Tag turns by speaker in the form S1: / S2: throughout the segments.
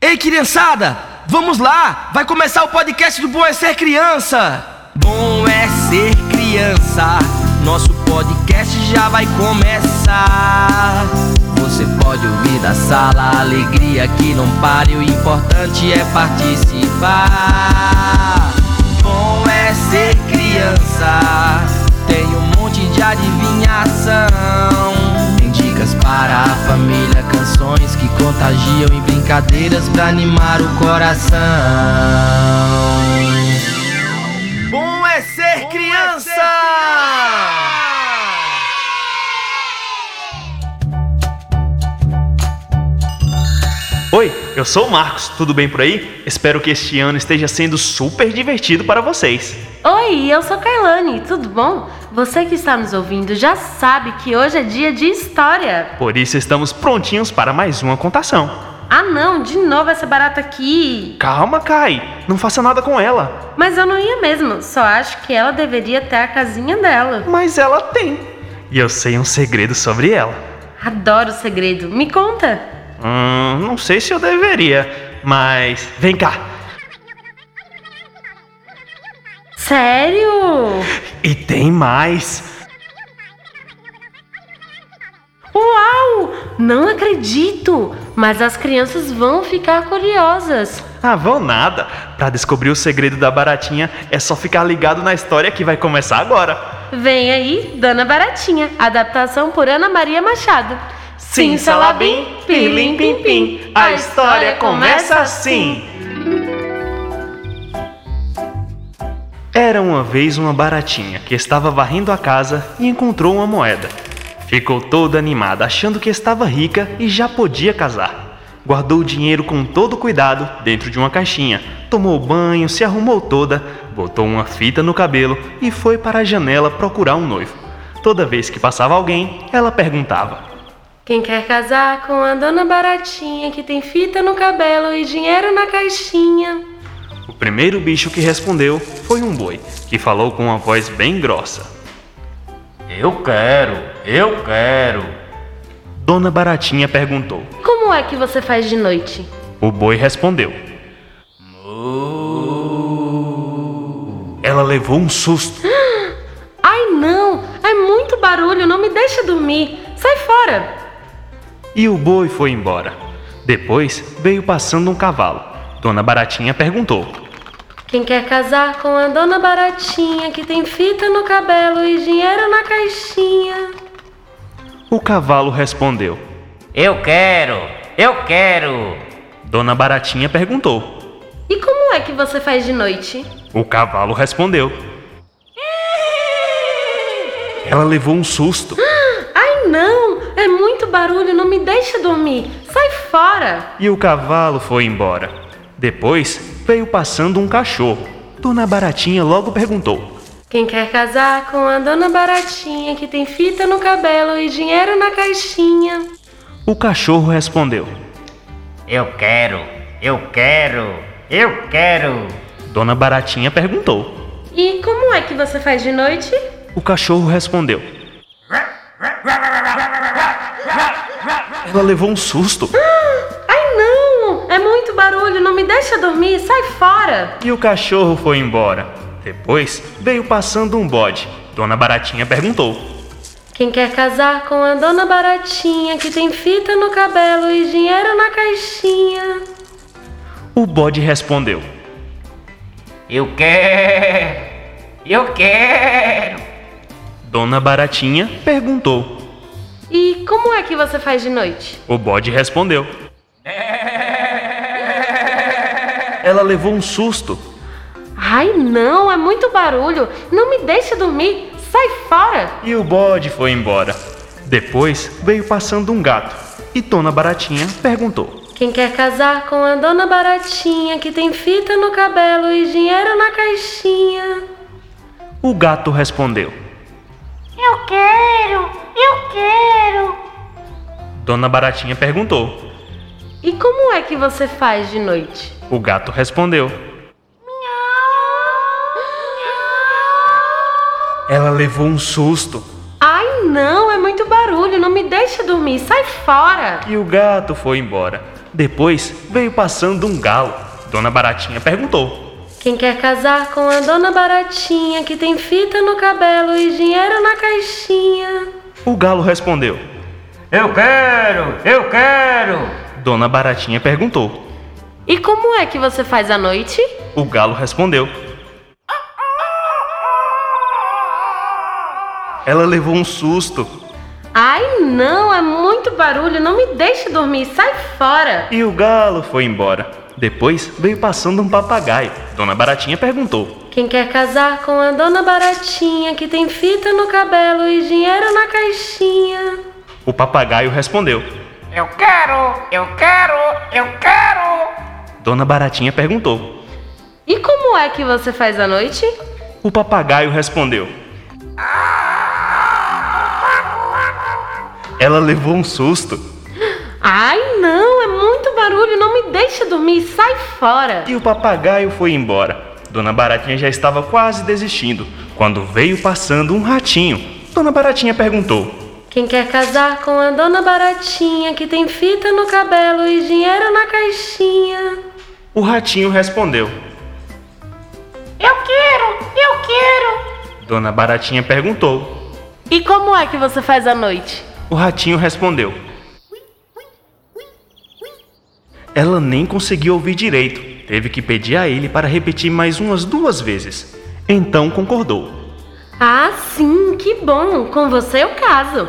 S1: Ei, criançada, vamos lá! Vai começar o podcast do Bom é Ser Criança! Bom é ser criança, nosso podcast já vai começar. Você pode ouvir da sala a alegria que não pare, o importante é participar. Bom é ser criança, tem um monte de adivinhação. Tem dicas para a família, canções que contagiam e brincadeiras pra animar o coração. Bom é ser criança!
S2: Oi, eu sou o Marcos, tudo bem por aí? Espero que este ano esteja sendo super divertido para vocês.
S3: Oi, eu sou Kailane, tudo bom? Você que está nos ouvindo já sabe que hoje é dia de história.
S2: Por isso estamos prontinhos para mais uma contação.
S3: Ah não, de novo essa barata aqui.
S2: Calma, Kai, não faça nada com ela.
S3: Mas eu não ia mesmo, só acho que ela deveria ter a casinha dela.
S2: Mas ela tem. E eu sei um segredo sobre ela.
S3: Adoro o segredo, me conta.
S2: Hum, não sei se eu deveria, mas vem cá.
S3: Sério?
S2: E tem mais.
S3: Uau, não acredito! Mas as crianças vão ficar curiosas.
S2: Ah, vão nada. Para descobrir o segredo da baratinha é só ficar ligado na história que vai começar agora.
S3: Vem aí, Dona Baratinha, adaptação por Ana Maria Machado.
S2: Sim, salabim, pilim, pim, pim. A história começa assim. assim. Era uma vez uma baratinha que estava varrendo a casa e encontrou uma moeda. Ficou toda animada, achando que estava rica e já podia casar. Guardou o dinheiro com todo cuidado dentro de uma caixinha, tomou banho, se arrumou toda, botou uma fita no cabelo e foi para a janela procurar um noivo. Toda vez que passava alguém, ela perguntava:
S3: Quem quer casar com a Dona Baratinha que tem fita no cabelo e dinheiro na caixinha?
S2: O primeiro bicho que respondeu foi um boi, que falou com uma voz bem grossa.
S4: Eu quero, eu quero.
S2: Dona Baratinha perguntou.
S3: Como é que você faz de noite?
S2: O boi respondeu. Ela levou um susto.
S3: Ai não, é muito barulho, não me deixa dormir. Sai fora!
S2: E o boi foi embora. Depois veio passando um cavalo. Dona Baratinha perguntou.
S3: Quem quer casar com a Dona Baratinha que tem fita no cabelo e dinheiro na caixinha?
S2: O cavalo respondeu.
S4: Eu quero, eu quero.
S2: Dona Baratinha perguntou.
S3: E como é que você faz de noite?
S2: O cavalo respondeu. Ela levou um susto.
S3: Ai não, é muito barulho, não me deixa dormir. Sai fora!
S2: E o cavalo foi embora. Depois veio passando um cachorro. Dona Baratinha logo perguntou.
S3: Quem quer casar com a Dona Baratinha que tem fita no cabelo e dinheiro na caixinha?
S2: O cachorro respondeu.
S4: Eu quero, eu quero, eu quero.
S2: Dona Baratinha perguntou.
S3: E como é que você faz de noite?
S2: O cachorro respondeu. Ela levou um susto.
S3: Ai não, é muito barulho, não me deixa dormir, sai fora!
S2: E o cachorro foi embora. Depois veio passando um bode. Dona Baratinha perguntou.
S3: Quem quer casar com a Dona Baratinha que tem fita no cabelo e dinheiro na caixinha?
S2: O bode respondeu.
S4: Eu quero, eu quero.
S2: Dona Baratinha perguntou.
S3: E como é que você faz de noite?
S2: O bode respondeu. Ela levou um susto.
S3: Ai não, é muito barulho, não me deixa dormir, sai fora!
S2: E o bode foi embora. Depois veio passando um gato e Dona Baratinha perguntou.
S3: Quem quer casar com a Dona Baratinha que tem fita no cabelo e dinheiro na caixinha?
S2: O gato respondeu.
S3: Eu quero, eu quero!
S2: Dona Baratinha perguntou.
S3: E como é que você faz de noite?
S2: O gato respondeu. Ela levou um susto
S3: Ai não, é muito barulho, não me deixa dormir, sai fora!
S2: e o gato foi embora. Depois veio passando um galo. Dona Baratinha perguntou.
S3: Quem quer casar com a dona Baratinha que tem fita no cabelo e dinheiro na caixinha?
S2: O galo respondeu.
S4: Eu quero, eu quero.
S2: Dona Baratinha perguntou.
S3: E como é que você faz à noite?
S2: O galo respondeu. Ela levou um susto
S3: Ai, não, é muito barulho, não me deixe dormir, sai fora.
S2: e o galo foi embora. Depois veio passando um papagaio. Dona Baratinha perguntou.
S3: Quem quer casar com a dona Baratinha que tem fita no cabelo e dinheiro na caixinha?
S2: O papagaio respondeu.
S4: Eu quero, eu quero, eu quero.
S2: Dona Baratinha perguntou.
S3: E como é que você faz à noite?
S2: O papagaio respondeu. Ela levou um susto
S3: Ai, não, é muito barulho, não me deixe dormir, sai fora.
S2: e o papagaio foi embora. Dona Baratinha já estava quase desistindo quando veio passando um ratinho. Dona Baratinha perguntou.
S3: Quem quer casar com a dona Baratinha que tem fita no cabelo e dinheiro na caixinha?
S2: O ratinho respondeu.
S4: Eu quero, eu quero.
S2: Dona Baratinha perguntou.
S3: E como é que você faz à noite?
S2: O ratinho respondeu. Ela nem conseguiu ouvir direito. Teve que pedir a ele para repetir mais umas duas vezes. Então concordou.
S3: Ah, sim, que bom, com você eu caso.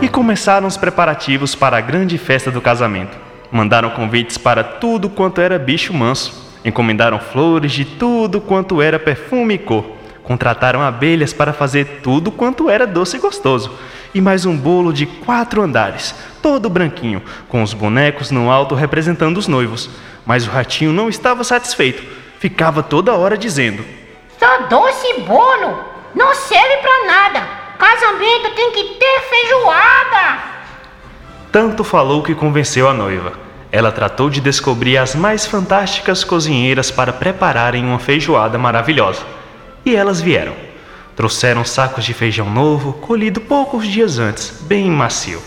S2: E começaram os preparativos para a grande festa do casamento. Mandaram convites para tudo quanto era bicho manso. Encomendaram flores de tudo quanto era perfume e cor. Contrataram abelhas para fazer tudo quanto era doce e gostoso. E mais um bolo de quatro andares, todo branquinho, com os bonecos no alto representando os noivos. Mas o ratinho não estava satisfeito. Ficava toda hora dizendo:
S5: Só doce e bolo não serve pra nada. Casamento tem que ter feijoada.
S2: Tanto falou que convenceu a noiva. Ela tratou de descobrir as mais fantásticas cozinheiras para prepararem uma feijoada maravilhosa. E elas vieram. Trouxeram sacos de feijão novo, colhido poucos dias antes, bem macio.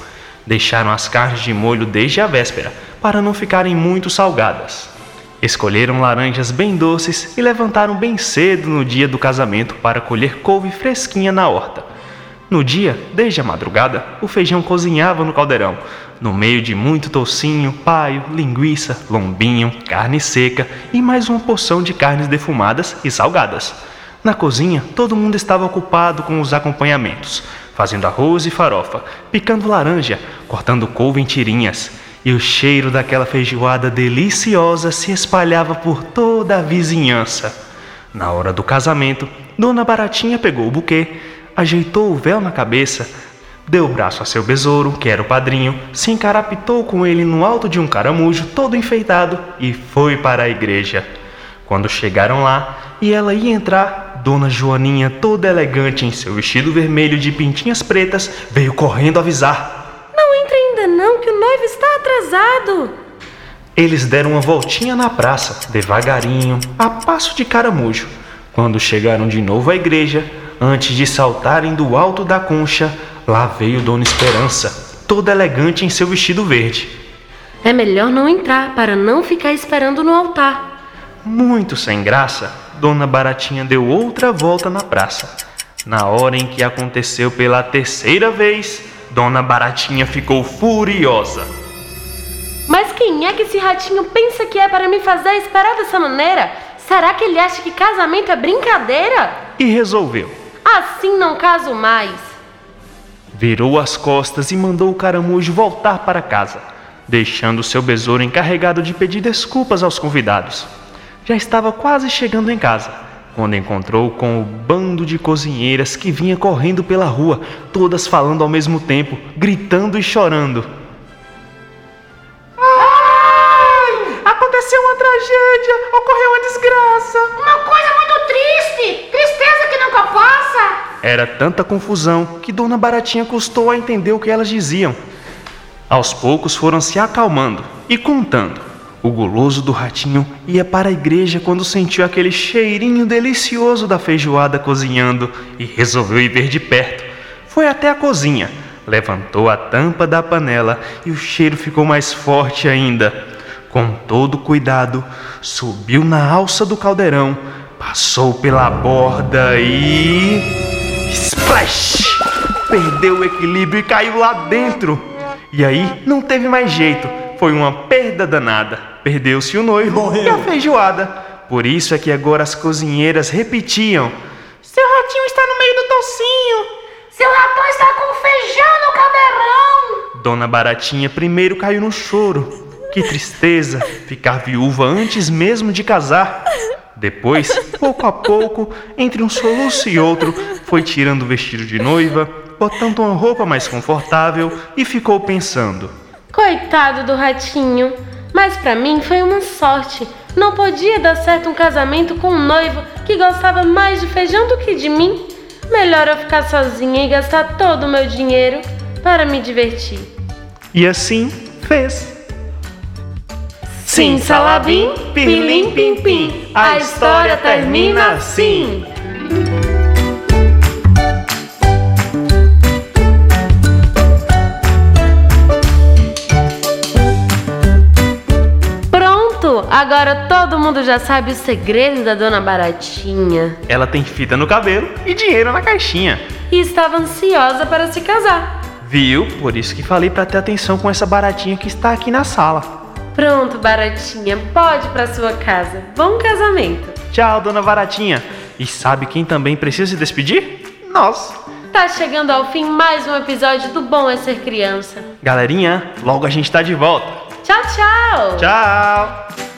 S2: Deixaram as carnes de molho desde a véspera, para não ficarem muito salgadas. Escolheram laranjas bem doces e levantaram bem cedo no dia do casamento para colher couve fresquinha na horta. No dia, desde a madrugada, o feijão cozinhava no caldeirão, no meio de muito toucinho, paio, linguiça, lombinho, carne seca e mais uma porção de carnes defumadas e salgadas. Na cozinha, todo mundo estava ocupado com os acompanhamentos, fazendo arroz e farofa, picando laranja, cortando couve em tirinhas. E o cheiro daquela feijoada deliciosa se espalhava por toda a vizinhança. Na hora do casamento, Dona Baratinha pegou o buquê, ajeitou o véu na cabeça, deu o braço a seu besouro, que era o padrinho, se encarapitou com ele no alto de um caramujo todo enfeitado e foi para a igreja. Quando chegaram lá e ela ia entrar, Dona Joaninha, toda elegante em seu vestido vermelho de pintinhas pretas, veio correndo avisar.
S3: Não entre ainda não, que o noivo está atrasado.
S2: Eles deram uma voltinha na praça, devagarinho, a passo de caramujo. Quando chegaram de novo à igreja, antes de saltarem do alto da concha, lá veio Dona Esperança, toda elegante em seu vestido verde.
S3: É melhor não entrar para não ficar esperando no altar.
S2: Muito sem graça, Dona Baratinha deu outra volta na praça. Na hora em que aconteceu pela terceira vez, Dona Baratinha ficou furiosa.
S3: Mas quem é que esse ratinho pensa que é para me fazer esperar dessa maneira? Será que ele acha que casamento é brincadeira?
S2: E resolveu.
S3: Assim não caso mais.
S2: Virou as costas e mandou o caramujo voltar para casa, deixando seu besouro encarregado de pedir desculpas aos convidados. Já estava quase chegando em casa, quando encontrou com o bando de cozinheiras que vinha correndo pela rua, todas falando ao mesmo tempo, gritando e chorando.
S5: Aconteceu uma tragédia, ocorreu uma desgraça. Uma coisa muito triste, tristeza que nunca passa.
S2: Era tanta confusão que Dona Baratinha custou a entender o que elas diziam. Aos poucos foram se acalmando e contando. O guloso do ratinho ia para a igreja quando sentiu aquele cheirinho delicioso da feijoada cozinhando e resolveu ir ver de perto. Foi até a cozinha, levantou a tampa da panela e o cheiro ficou mais forte ainda. Com todo cuidado, subiu na alça do caldeirão, passou pela borda e. Splash! Perdeu o equilíbrio e caiu lá dentro. E aí não teve mais jeito, foi uma perda danada. Perdeu-se o noivo e a feijoada. Por isso é que agora as cozinheiras repetiam: Seu ratinho está no meio do tocinho.
S5: Seu ratão está com feijão no caldeirão.
S2: Dona Baratinha primeiro caiu no choro. Que tristeza ficar viúva antes mesmo de casar. Depois, pouco a pouco, entre um soluço e outro, foi tirando o vestido de noiva, botando uma roupa mais confortável e ficou pensando.
S3: Coitado do ratinho. Mas pra mim foi uma sorte. Não podia dar certo um casamento com um noivo que gostava mais de feijão do que de mim. Melhor eu ficar sozinha e gastar todo o meu dinheiro para me divertir.
S2: E assim fez.
S3: Sim, Salabim, pirlim, pim, pim. A história termina assim. Pronto! Agora todo mundo já sabe o segredo da Dona Baratinha.
S2: Ela tem fita no cabelo e dinheiro na caixinha.
S3: E estava ansiosa para se casar.
S2: Viu? Por isso que falei pra ter atenção com essa baratinha que está aqui na sala.
S3: Pronto, Baratinha, pode ir para sua casa. Bom casamento.
S2: Tchau, dona Baratinha. E sabe quem também precisa se despedir? Nós.
S3: Tá chegando ao fim mais um episódio do Bom é Ser Criança.
S2: Galerinha, logo a gente tá de volta.
S3: Tchau, tchau!
S2: Tchau!